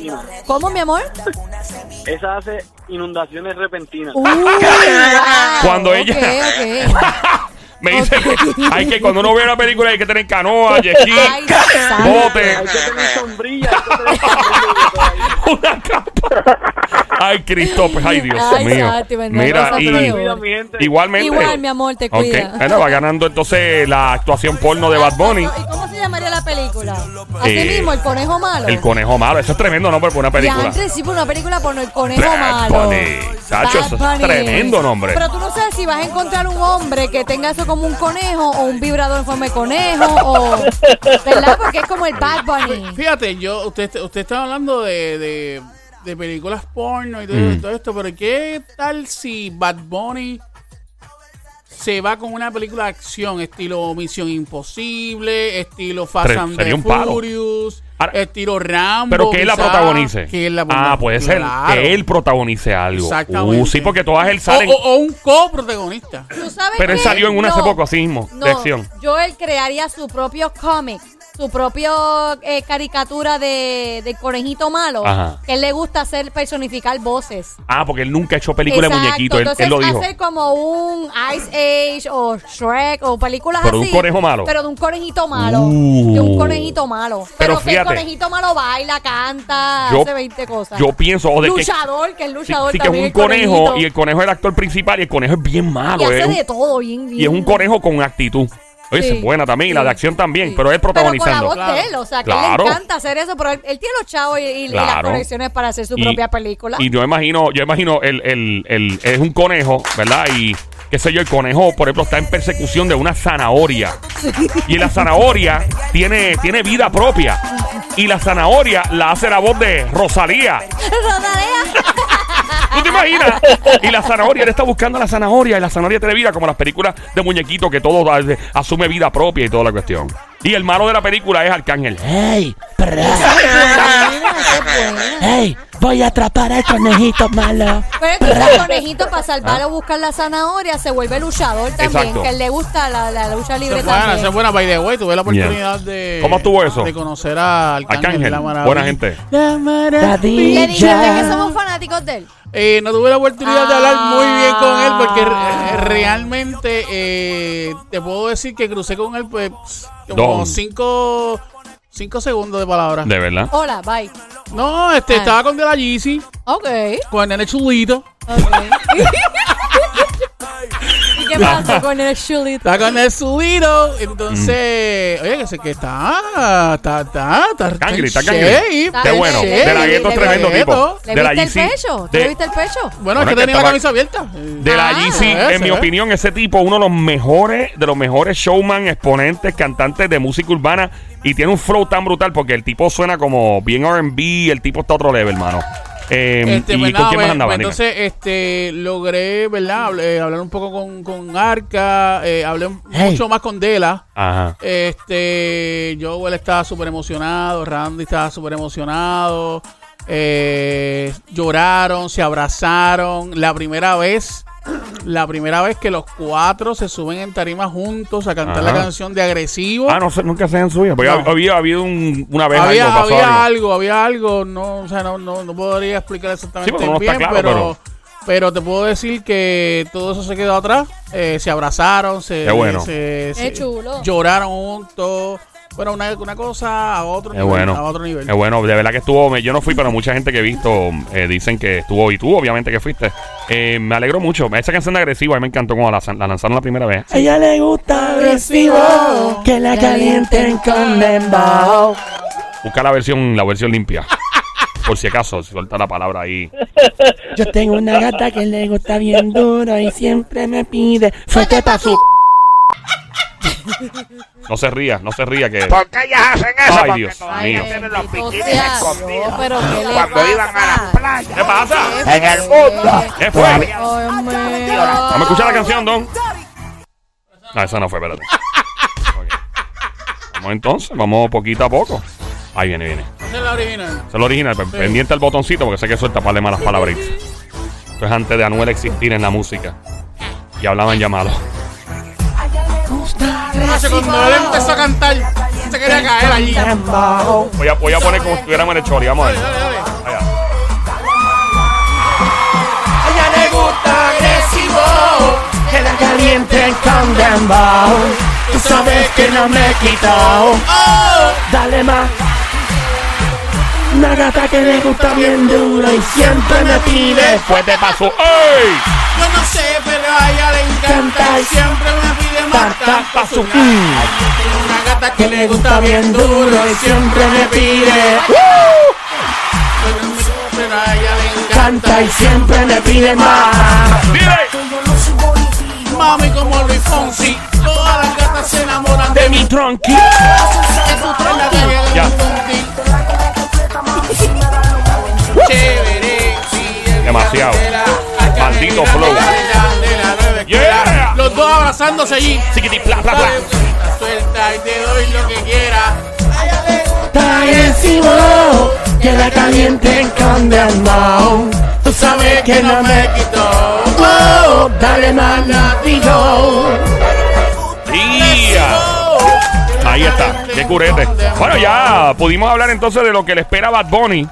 [SPEAKER 3] ¿Cómo, mi amor?
[SPEAKER 7] Esa hace inundaciones repentinas.
[SPEAKER 3] Uh, wow.
[SPEAKER 1] Cuando
[SPEAKER 3] Ok,
[SPEAKER 1] ella-
[SPEAKER 3] ok.
[SPEAKER 1] Me dice que hay que cuando uno ve una película hay que tener canoa, jet
[SPEAKER 3] Ay,
[SPEAKER 1] ski,
[SPEAKER 3] santo.
[SPEAKER 1] bote.
[SPEAKER 7] Hay que tener sombrilla. Hay que tener sombrilla todavía.
[SPEAKER 1] una capa. Ay, Cristo, pues, ay, Dios
[SPEAKER 3] Ay,
[SPEAKER 1] mío.
[SPEAKER 3] Santi, bendito
[SPEAKER 1] Mira,
[SPEAKER 3] sea
[SPEAKER 1] y,
[SPEAKER 3] tu Dios.
[SPEAKER 7] Cuida, mi gente.
[SPEAKER 1] igualmente.
[SPEAKER 3] Igual, mi amor, te
[SPEAKER 1] Ok,
[SPEAKER 3] cuida.
[SPEAKER 1] Bueno, va ganando entonces la actuación porno de Bad Bunny.
[SPEAKER 3] ¿Y cómo se llamaría la película? Así
[SPEAKER 1] Eh,
[SPEAKER 3] mismo, El Conejo Malo.
[SPEAKER 1] El conejo malo, eso es tremendo nombre para una película.
[SPEAKER 3] antes sí, por una película por El Conejo
[SPEAKER 1] Bad
[SPEAKER 3] Malo.
[SPEAKER 1] Bunny. Chacho, eso es tremendo nombre.
[SPEAKER 3] Pero tú no sabes si vas a encontrar un hombre que tenga eso como un conejo o un vibrador en forma de conejo o... ¿Verdad? Porque es como el Bad Bunny.
[SPEAKER 2] Fíjate, yo, usted, usted está hablando de, de, de películas porno y todo,
[SPEAKER 1] Mm.
[SPEAKER 2] todo esto, pero ¿qué tal si Bad Bunny se va con una película de acción, estilo Misión Imposible, estilo Fast
[SPEAKER 1] Tre-
[SPEAKER 2] and
[SPEAKER 1] sería
[SPEAKER 2] the
[SPEAKER 1] un palo.
[SPEAKER 2] Furious,
[SPEAKER 1] Ahora-
[SPEAKER 2] estilo Rambo?
[SPEAKER 1] Pero que él la
[SPEAKER 2] quizá,
[SPEAKER 1] protagonice.
[SPEAKER 2] Que él la
[SPEAKER 1] ah,
[SPEAKER 2] protagonice,
[SPEAKER 1] puede ser
[SPEAKER 2] claro.
[SPEAKER 1] que él protagonice algo.
[SPEAKER 2] Exactamente.
[SPEAKER 1] Uh, sí, porque todas él salen.
[SPEAKER 3] Oh,
[SPEAKER 2] O, o- o un coprotagonista.
[SPEAKER 3] ¿Tú sabes
[SPEAKER 1] pero él
[SPEAKER 3] qué?
[SPEAKER 1] salió en una hace
[SPEAKER 3] No.
[SPEAKER 1] poco, así mismo, de acción.
[SPEAKER 3] Joel crearía su propio cómic, su propio eh, caricatura de, de conejito malo.
[SPEAKER 1] Ajá.
[SPEAKER 3] Que él le gusta hacer personificar voces.
[SPEAKER 1] Ah, porque él nunca ha hecho película de muñequito, él,
[SPEAKER 3] oh. Entonces
[SPEAKER 1] él lo dijo.
[SPEAKER 3] hacer como un Ice Age o Shrek o películas
[SPEAKER 1] Pero de
[SPEAKER 3] así.
[SPEAKER 1] un conejo malo.
[SPEAKER 3] Pero de un conejito malo.
[SPEAKER 1] Uh.
[SPEAKER 3] De un conejito malo.
[SPEAKER 1] Pero
[SPEAKER 3] Pero, que el
[SPEAKER 1] fíjate.
[SPEAKER 3] conejito malo baila, canta,
[SPEAKER 1] Yo-
[SPEAKER 3] hace 20 cosas.
[SPEAKER 1] Yo pienso, o de que,
[SPEAKER 3] luchador, que, es
[SPEAKER 1] sí,
[SPEAKER 3] luchador
[SPEAKER 1] sí que es
[SPEAKER 3] también.
[SPEAKER 1] un
[SPEAKER 3] el
[SPEAKER 1] conejo
[SPEAKER 3] conejito.
[SPEAKER 1] y el conejo es el actor principal y el conejo es bien malo.
[SPEAKER 3] Y hace
[SPEAKER 1] es un-
[SPEAKER 3] de todo bien, bien.
[SPEAKER 1] Y es un conejo con actitud. Oye,
[SPEAKER 3] Sí,
[SPEAKER 1] es buena también, y
[SPEAKER 3] sí,
[SPEAKER 1] la de acción también,
[SPEAKER 3] sí.
[SPEAKER 1] pero es protagonizando.
[SPEAKER 3] Pero con la voz de él, o sea, que
[SPEAKER 1] Claro.
[SPEAKER 3] él le encanta hacer eso, pero él, él tiene los chavos y, y- y las
[SPEAKER 1] Claro.
[SPEAKER 3] conexiones para hacer su
[SPEAKER 1] Y-
[SPEAKER 3] propia película.
[SPEAKER 1] Y yo imagino, yo imagino, el, el, el- es un conejo, ¿verdad? Y qué sé yo, el conejo, por ejemplo, está en persecución de una zanahoria. Y la zanahoria tiene, tiene vida propia. Y la zanahoria la hace la voz de Rosalía.
[SPEAKER 3] Rodalea.
[SPEAKER 1] ¿Tú te imaginas? Y la zanahoria, él está buscando a la zanahoria y la zanahoria tiene vida, como las películas de muñequito que todo da- asume vida propia y toda la cuestión. Y el malo de la película es Arcángel.
[SPEAKER 8] ¡Ey, perra!
[SPEAKER 3] Mira, qué buena.
[SPEAKER 8] ¡Ey, voy a atrapar al conejito malo!
[SPEAKER 3] Pero entonces el conejito para salvar o buscar la zanahoria se vuelve luchador también,
[SPEAKER 1] Exacto.
[SPEAKER 3] que él le gusta la, la lucha
[SPEAKER 2] Esa
[SPEAKER 3] libre
[SPEAKER 2] es buena, esa
[SPEAKER 3] también.
[SPEAKER 2] es buena. By the way, tuve la oportunidad de...
[SPEAKER 1] ¿Cómo estuvo eso?
[SPEAKER 2] De conocer a Arcángel,
[SPEAKER 1] Arcángel,
[SPEAKER 2] la maravilla.
[SPEAKER 1] buena gente.
[SPEAKER 4] La
[SPEAKER 3] Le
[SPEAKER 4] maravilla.
[SPEAKER 3] dijiste que somos fanáticos de él.
[SPEAKER 2] Eh, no tuve la oportunidad de hablar muy bien con él porque re-
[SPEAKER 3] Ah.
[SPEAKER 2] realmente eh, te puedo decir que crucé con él pues como
[SPEAKER 1] Don.
[SPEAKER 2] cinco, cinco segundos de palabras.
[SPEAKER 1] De verdad.
[SPEAKER 3] Hola, bye.
[SPEAKER 2] No, este
[SPEAKER 3] Ah.
[SPEAKER 2] estaba con De La Yeezy,
[SPEAKER 3] Ok.
[SPEAKER 2] con el nene chulito.
[SPEAKER 3] okay. ¿Qué pasa con el chulito?
[SPEAKER 4] Está con el subido. Entonces, oye, que, se, que está, está, está, está.
[SPEAKER 1] Cangri, está
[SPEAKER 4] está en
[SPEAKER 1] cangri.
[SPEAKER 4] shape.
[SPEAKER 1] Qué bueno.
[SPEAKER 3] Sí,
[SPEAKER 1] De la
[SPEAKER 3] le-
[SPEAKER 1] gueto es
[SPEAKER 3] le-
[SPEAKER 1] tremendo
[SPEAKER 4] le-
[SPEAKER 1] tipo.
[SPEAKER 3] ¿Le
[SPEAKER 1] De la
[SPEAKER 3] viste el
[SPEAKER 1] GC,
[SPEAKER 3] pecho? ¿Tú
[SPEAKER 1] de-
[SPEAKER 3] le viste el pecho?
[SPEAKER 4] Bueno,
[SPEAKER 1] Bueno,
[SPEAKER 4] es que
[SPEAKER 1] que
[SPEAKER 4] tenía la
[SPEAKER 1] estaba-
[SPEAKER 4] camisa abierta.
[SPEAKER 1] De la
[SPEAKER 3] Ah,
[SPEAKER 1] GC,
[SPEAKER 4] ese,
[SPEAKER 1] en mi
[SPEAKER 4] eh.
[SPEAKER 1] opinión, ese tipo, uno de los mejores, de los mejores showman, exponentes, cantantes de música urbana. Y tiene un flow tan brutal porque el tipo suena como bien RB, el tipo está a otro level, hermano. Eh,
[SPEAKER 4] Este,
[SPEAKER 1] ¿Y
[SPEAKER 4] pues
[SPEAKER 1] con
[SPEAKER 4] nada,
[SPEAKER 1] quién
[SPEAKER 4] pues,
[SPEAKER 1] más andaba?
[SPEAKER 4] pues
[SPEAKER 1] Dime.
[SPEAKER 4] entonces este logré, ¿verdad? Habl- eh, hablar un poco con, con Arca, eh, hablé un-
[SPEAKER 8] Hey.
[SPEAKER 4] mucho más con Dela.
[SPEAKER 1] Ajá.
[SPEAKER 4] Este, Joel estaba súper emocionado, Randy estaba súper emocionado. eh, lloraron, se abrazaron. La primera vez, la primera vez que los cuatro se suben en tarima juntos a cantar la
[SPEAKER 1] Ajá.
[SPEAKER 4] canción de agresivo.
[SPEAKER 1] Ah, no sé, nunca se han subido. Porque
[SPEAKER 4] No.
[SPEAKER 1] había, habido un- una vez
[SPEAKER 4] había
[SPEAKER 1] Pues algo, pasó
[SPEAKER 4] había
[SPEAKER 1] algo.
[SPEAKER 4] algo, había algo, no, o sea, no, no, no podría explicar
[SPEAKER 1] Sí,
[SPEAKER 4] exactamente
[SPEAKER 1] porque uno no
[SPEAKER 4] bien,
[SPEAKER 1] está claro,
[SPEAKER 4] pero, pero te puedo decir que todo eso se quedó atrás, eh, se abrazaron, se,
[SPEAKER 1] Qué bueno.
[SPEAKER 4] se- se-
[SPEAKER 3] chulo.
[SPEAKER 4] lloraron juntos, bueno, una, una cosa a otro
[SPEAKER 1] Es
[SPEAKER 4] nivel,
[SPEAKER 1] bueno.
[SPEAKER 4] a otro nivel.
[SPEAKER 1] Es bueno, de verdad que estuvo. Yo no fui, pero mucha gente que he visto eh, dicen que estuvo. Y tú, obviamente, que fuiste. Eh, me alegro mucho. Esa canción de agresiva, a mí me encantó cuando la, la lanzaron la primera vez.
[SPEAKER 8] A ella le gusta agresivo, que la calienten con dembow.
[SPEAKER 1] Busca la versión, la versión limpia. Por si acaso, si suelta la palabra ahí.
[SPEAKER 8] Yo tengo una gata que le gusta bien duro y siempre me pide fuerte pa' su...
[SPEAKER 1] No se ría, no se ría que.
[SPEAKER 9] ¿Por qué ellas hacen eso?
[SPEAKER 1] Ay,
[SPEAKER 9] Porque
[SPEAKER 1] Dios
[SPEAKER 9] todavía
[SPEAKER 1] mío.
[SPEAKER 9] tienen los
[SPEAKER 3] Bendito
[SPEAKER 9] bikinis
[SPEAKER 3] sea
[SPEAKER 9] escondidos.
[SPEAKER 3] Dios, pero ¿qué le
[SPEAKER 9] Cuando
[SPEAKER 3] pasa?
[SPEAKER 9] iban a la playa.
[SPEAKER 1] ¿Qué pasa?
[SPEAKER 9] En el mundo.
[SPEAKER 1] ¿Qué fue? Vamos
[SPEAKER 9] Todavía-
[SPEAKER 3] Ay, mío.
[SPEAKER 1] a escuchar la canción, Don. No, esa no fue, espérate. Ok. Vamos entonces, vamos poquito a poco. Ahí viene, viene.
[SPEAKER 4] Esa es la original.
[SPEAKER 1] Esa es la original, pe- pendiente al botoncito porque sé que suelta para de malas palabritas. Esto es antes de Anuel existir en la música. Y hablaban llamados.
[SPEAKER 4] Macho, Cuando él empezó a cantar, se quería caer allí. Dale,
[SPEAKER 8] Dembow.
[SPEAKER 1] Voy a, voy a poner como si estuviéramos en el chori, vamos a ver.
[SPEAKER 4] dale, dale.
[SPEAKER 1] Allá.
[SPEAKER 8] A ella le gusta agresivo, que la calienten con dembow. Tú sabes que no me he quitado. Dale más. Una gata que le gusta bien duro y siempre me pide
[SPEAKER 1] Fuerte paso. ¡Ey!
[SPEAKER 4] Yo no sé, pero a ella le encanta y siempre me pide más
[SPEAKER 8] Tarta
[SPEAKER 4] tapa
[SPEAKER 8] pa'
[SPEAKER 4] su
[SPEAKER 8] su...
[SPEAKER 4] Una gata que le gusta bien duro y siempre me pide. Pero no sé, pero a ella le
[SPEAKER 8] Canta y siempre me pide más.
[SPEAKER 1] ¡Dile!
[SPEAKER 4] Mami como Luis Fonsi, todas las gatas se enamoran de
[SPEAKER 8] De mi tronqui.
[SPEAKER 4] la calle
[SPEAKER 1] Ya.
[SPEAKER 4] Chévere, sí, el
[SPEAKER 1] Demasiado.
[SPEAKER 4] candela, la
[SPEAKER 1] Maldito
[SPEAKER 4] candela,
[SPEAKER 1] flow.
[SPEAKER 4] la candela, nueva escuela.
[SPEAKER 1] Yeah.
[SPEAKER 4] Los dos abrazándose allí.
[SPEAKER 1] Chiquiti, pla, pla, pla.
[SPEAKER 4] Dale, Suelta y te doy lo que quiera.
[SPEAKER 8] Está agresivo, que la calienten con dembow. Tú sabes que no me
[SPEAKER 4] quito.
[SPEAKER 8] quito. Dale más látigo.
[SPEAKER 1] ¡Día! Ahí está, qué curete. Bueno, ya pudimos hablar entonces de lo que le espera Bad Bunny.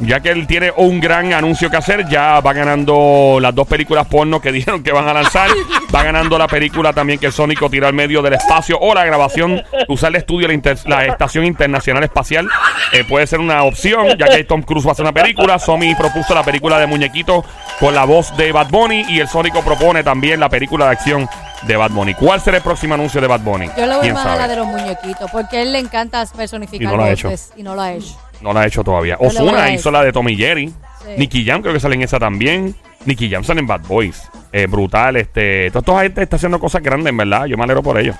[SPEAKER 1] Ya que él tiene un gran anuncio que hacer, ya va ganando las dos películas porno que dijeron que van a lanzar. Va ganando la película también que Sónico tiró al medio del espacio o la grabación, usar el estudio, la, inter- la Estación Internacional Espacial. eh, puede ser una opción, ya que Tom Cruise va a hacer una película. Somi propuso la película de muñequito con la voz de Bad Bunny y el Sónico propone también la película de acción de Bad Bunny. ¿Cuál será el próximo anuncio de Bad Bunny?
[SPEAKER 3] Yo le voy
[SPEAKER 1] ¿Quién
[SPEAKER 3] más a la
[SPEAKER 1] sabe?
[SPEAKER 3] de los muñequitos, porque a él le encanta personificar
[SPEAKER 1] Y no lo ha hecho.
[SPEAKER 3] voces, y no lo ha hecho.
[SPEAKER 1] No la ha hecho todavía.
[SPEAKER 3] No la voy
[SPEAKER 1] Ozuna
[SPEAKER 3] a
[SPEAKER 1] hizo
[SPEAKER 3] hacer.
[SPEAKER 1] la de Tommy Jerry.
[SPEAKER 3] Sí.
[SPEAKER 1] Nicky Jam creo que sale en esa también. Nicky Jam sale en Bad Boys. Eh, brutal, este. Toda esta gente está haciendo cosas grandes, en verdad. Yo me alegro por ellos.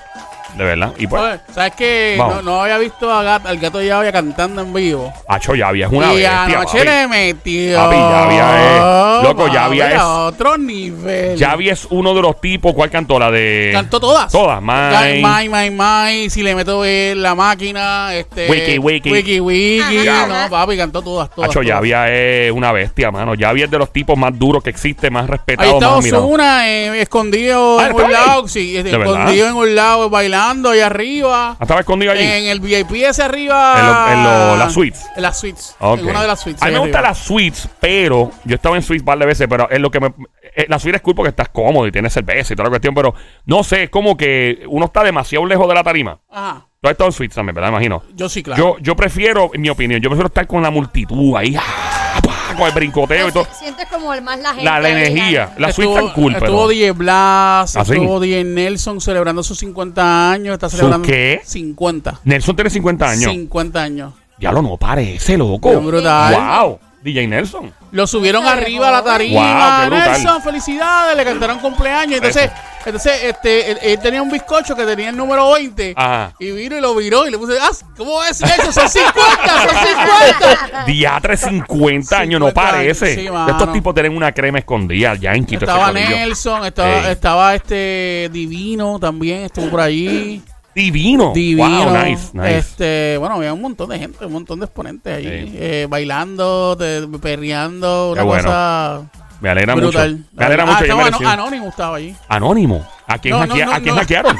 [SPEAKER 1] De verdad. Y pues,
[SPEAKER 4] Oye, ¿Sabes qué?
[SPEAKER 1] Vamos.
[SPEAKER 4] No, no había visto a Gat- al gato ya cantando en vivo.
[SPEAKER 1] Hacho Yavia es una
[SPEAKER 4] y
[SPEAKER 1] bestia.
[SPEAKER 4] anoche
[SPEAKER 1] papi.
[SPEAKER 4] le metió.
[SPEAKER 1] Papi, Yavia es- loco, Yavia
[SPEAKER 4] papi,
[SPEAKER 1] es-
[SPEAKER 4] A otro nivel.
[SPEAKER 1] Yavia es uno de los tipos. ¿Cuál cantó? La de.
[SPEAKER 4] Cantó todas.
[SPEAKER 1] Todas.
[SPEAKER 4] Ay,
[SPEAKER 1] Mine.
[SPEAKER 4] Mai, mai, mai. Si le meto eh, la máquina. Este,
[SPEAKER 1] Wiki, wiki.
[SPEAKER 4] Wiki, wiki.
[SPEAKER 1] Ajá.
[SPEAKER 4] No, papi, cantó todas, todas.
[SPEAKER 1] Hacho
[SPEAKER 4] todas.
[SPEAKER 1] Yavia es una bestia, mano. Yavia es de los tipos más duros que existe, más
[SPEAKER 4] Ahí
[SPEAKER 1] respetado,
[SPEAKER 4] está
[SPEAKER 1] más mirado.
[SPEAKER 4] Osuna, eh, escondido
[SPEAKER 1] Ah,
[SPEAKER 4] en
[SPEAKER 1] ¿está
[SPEAKER 4] un
[SPEAKER 1] ahí?
[SPEAKER 4] lado. Sí, este,
[SPEAKER 1] ¿De verdad?
[SPEAKER 4] escondido en un lado, bailando ahí arriba.
[SPEAKER 1] Ah, Estaba escondido allí.
[SPEAKER 4] En el VIP ese arriba.
[SPEAKER 1] En lo- en lo- las suites.
[SPEAKER 4] En las suites.
[SPEAKER 1] Ok.
[SPEAKER 4] En una de las suites.
[SPEAKER 1] A mí
[SPEAKER 4] ahí
[SPEAKER 1] me gustan
[SPEAKER 4] arriba.
[SPEAKER 1] las suites, pero yo estaba en suites un par de veces, pero es lo que me. eh, la suite es cool porque estás cómodo y tienes cerveza y toda la cuestión, pero no sé, es como que uno está demasiado lejos de la tarima.
[SPEAKER 4] Ajá.
[SPEAKER 1] Tú has estado en suites también, ¿verdad? Imagino.
[SPEAKER 4] Yo sí,
[SPEAKER 1] Yo,
[SPEAKER 4] claro.
[SPEAKER 1] yo prefiero, en mi opinión, yo prefiero estar con la multitud ahí. ah, pa, con el brincoteo y todo.
[SPEAKER 3] Sientes como el más la gente.
[SPEAKER 1] La, la
[SPEAKER 3] ahí,
[SPEAKER 1] energía, la Swift
[SPEAKER 4] estuvo,
[SPEAKER 1] tan cool,
[SPEAKER 4] estuvo
[SPEAKER 1] pero.
[SPEAKER 4] DJ Blas,
[SPEAKER 1] ¿Ah, sí?
[SPEAKER 4] estuvo DJ Nelson celebrando sus 50 años. Está celebrando
[SPEAKER 1] qué?
[SPEAKER 4] 50.
[SPEAKER 1] Nelson tiene 50 años.
[SPEAKER 4] 50 años.
[SPEAKER 1] Ya lo no parece, loco.
[SPEAKER 4] Qué brutal.
[SPEAKER 1] Wow, DJ Nelson.
[SPEAKER 4] Lo subieron arriba a la
[SPEAKER 1] Guau,
[SPEAKER 4] tarima.
[SPEAKER 1] qué brutal.
[SPEAKER 4] Nelson, felicidades, le cantaron cumpleaños. Entonces, entonces este, él, él tenía un bizcocho que tenía el número 20.
[SPEAKER 1] Ajá.
[SPEAKER 4] Y vino y lo viró y le puse, ah, ¿cómo es eso? Son 50, son 50.
[SPEAKER 1] Diatre 50 años, no
[SPEAKER 4] 50 años,
[SPEAKER 1] parece.
[SPEAKER 4] sí, mano.
[SPEAKER 1] Estos tipos tienen una crema escondida ya en Quito. ese
[SPEAKER 4] Estaba
[SPEAKER 1] corillo.
[SPEAKER 4] Nelson, estaba,
[SPEAKER 1] Ey.
[SPEAKER 4] estaba este Divino también, estuvo por allí.
[SPEAKER 1] Divino.
[SPEAKER 4] Divino.
[SPEAKER 1] Wow, nice, nice.
[SPEAKER 4] Este, bueno, había un montón de gente, un montón de exponentes allí.
[SPEAKER 1] Sí.
[SPEAKER 4] eh, bailando, te- perreando, una
[SPEAKER 1] Qué bueno.
[SPEAKER 4] cosa
[SPEAKER 1] Me alegra
[SPEAKER 4] brutal.
[SPEAKER 1] mucho. Me alegra
[SPEAKER 4] Ah,
[SPEAKER 1] mucho. yo
[SPEAKER 4] estaba
[SPEAKER 1] merecí-
[SPEAKER 4] Ano- Anonymous estaba allí.
[SPEAKER 1] Anónimo. ¿A quién,
[SPEAKER 4] No,
[SPEAKER 1] hackea-
[SPEAKER 4] no, no,
[SPEAKER 1] ¿a quién
[SPEAKER 4] no.
[SPEAKER 1] hackearon?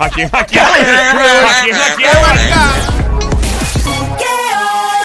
[SPEAKER 1] ¿A quién hackearon? ¿A quién hackearon?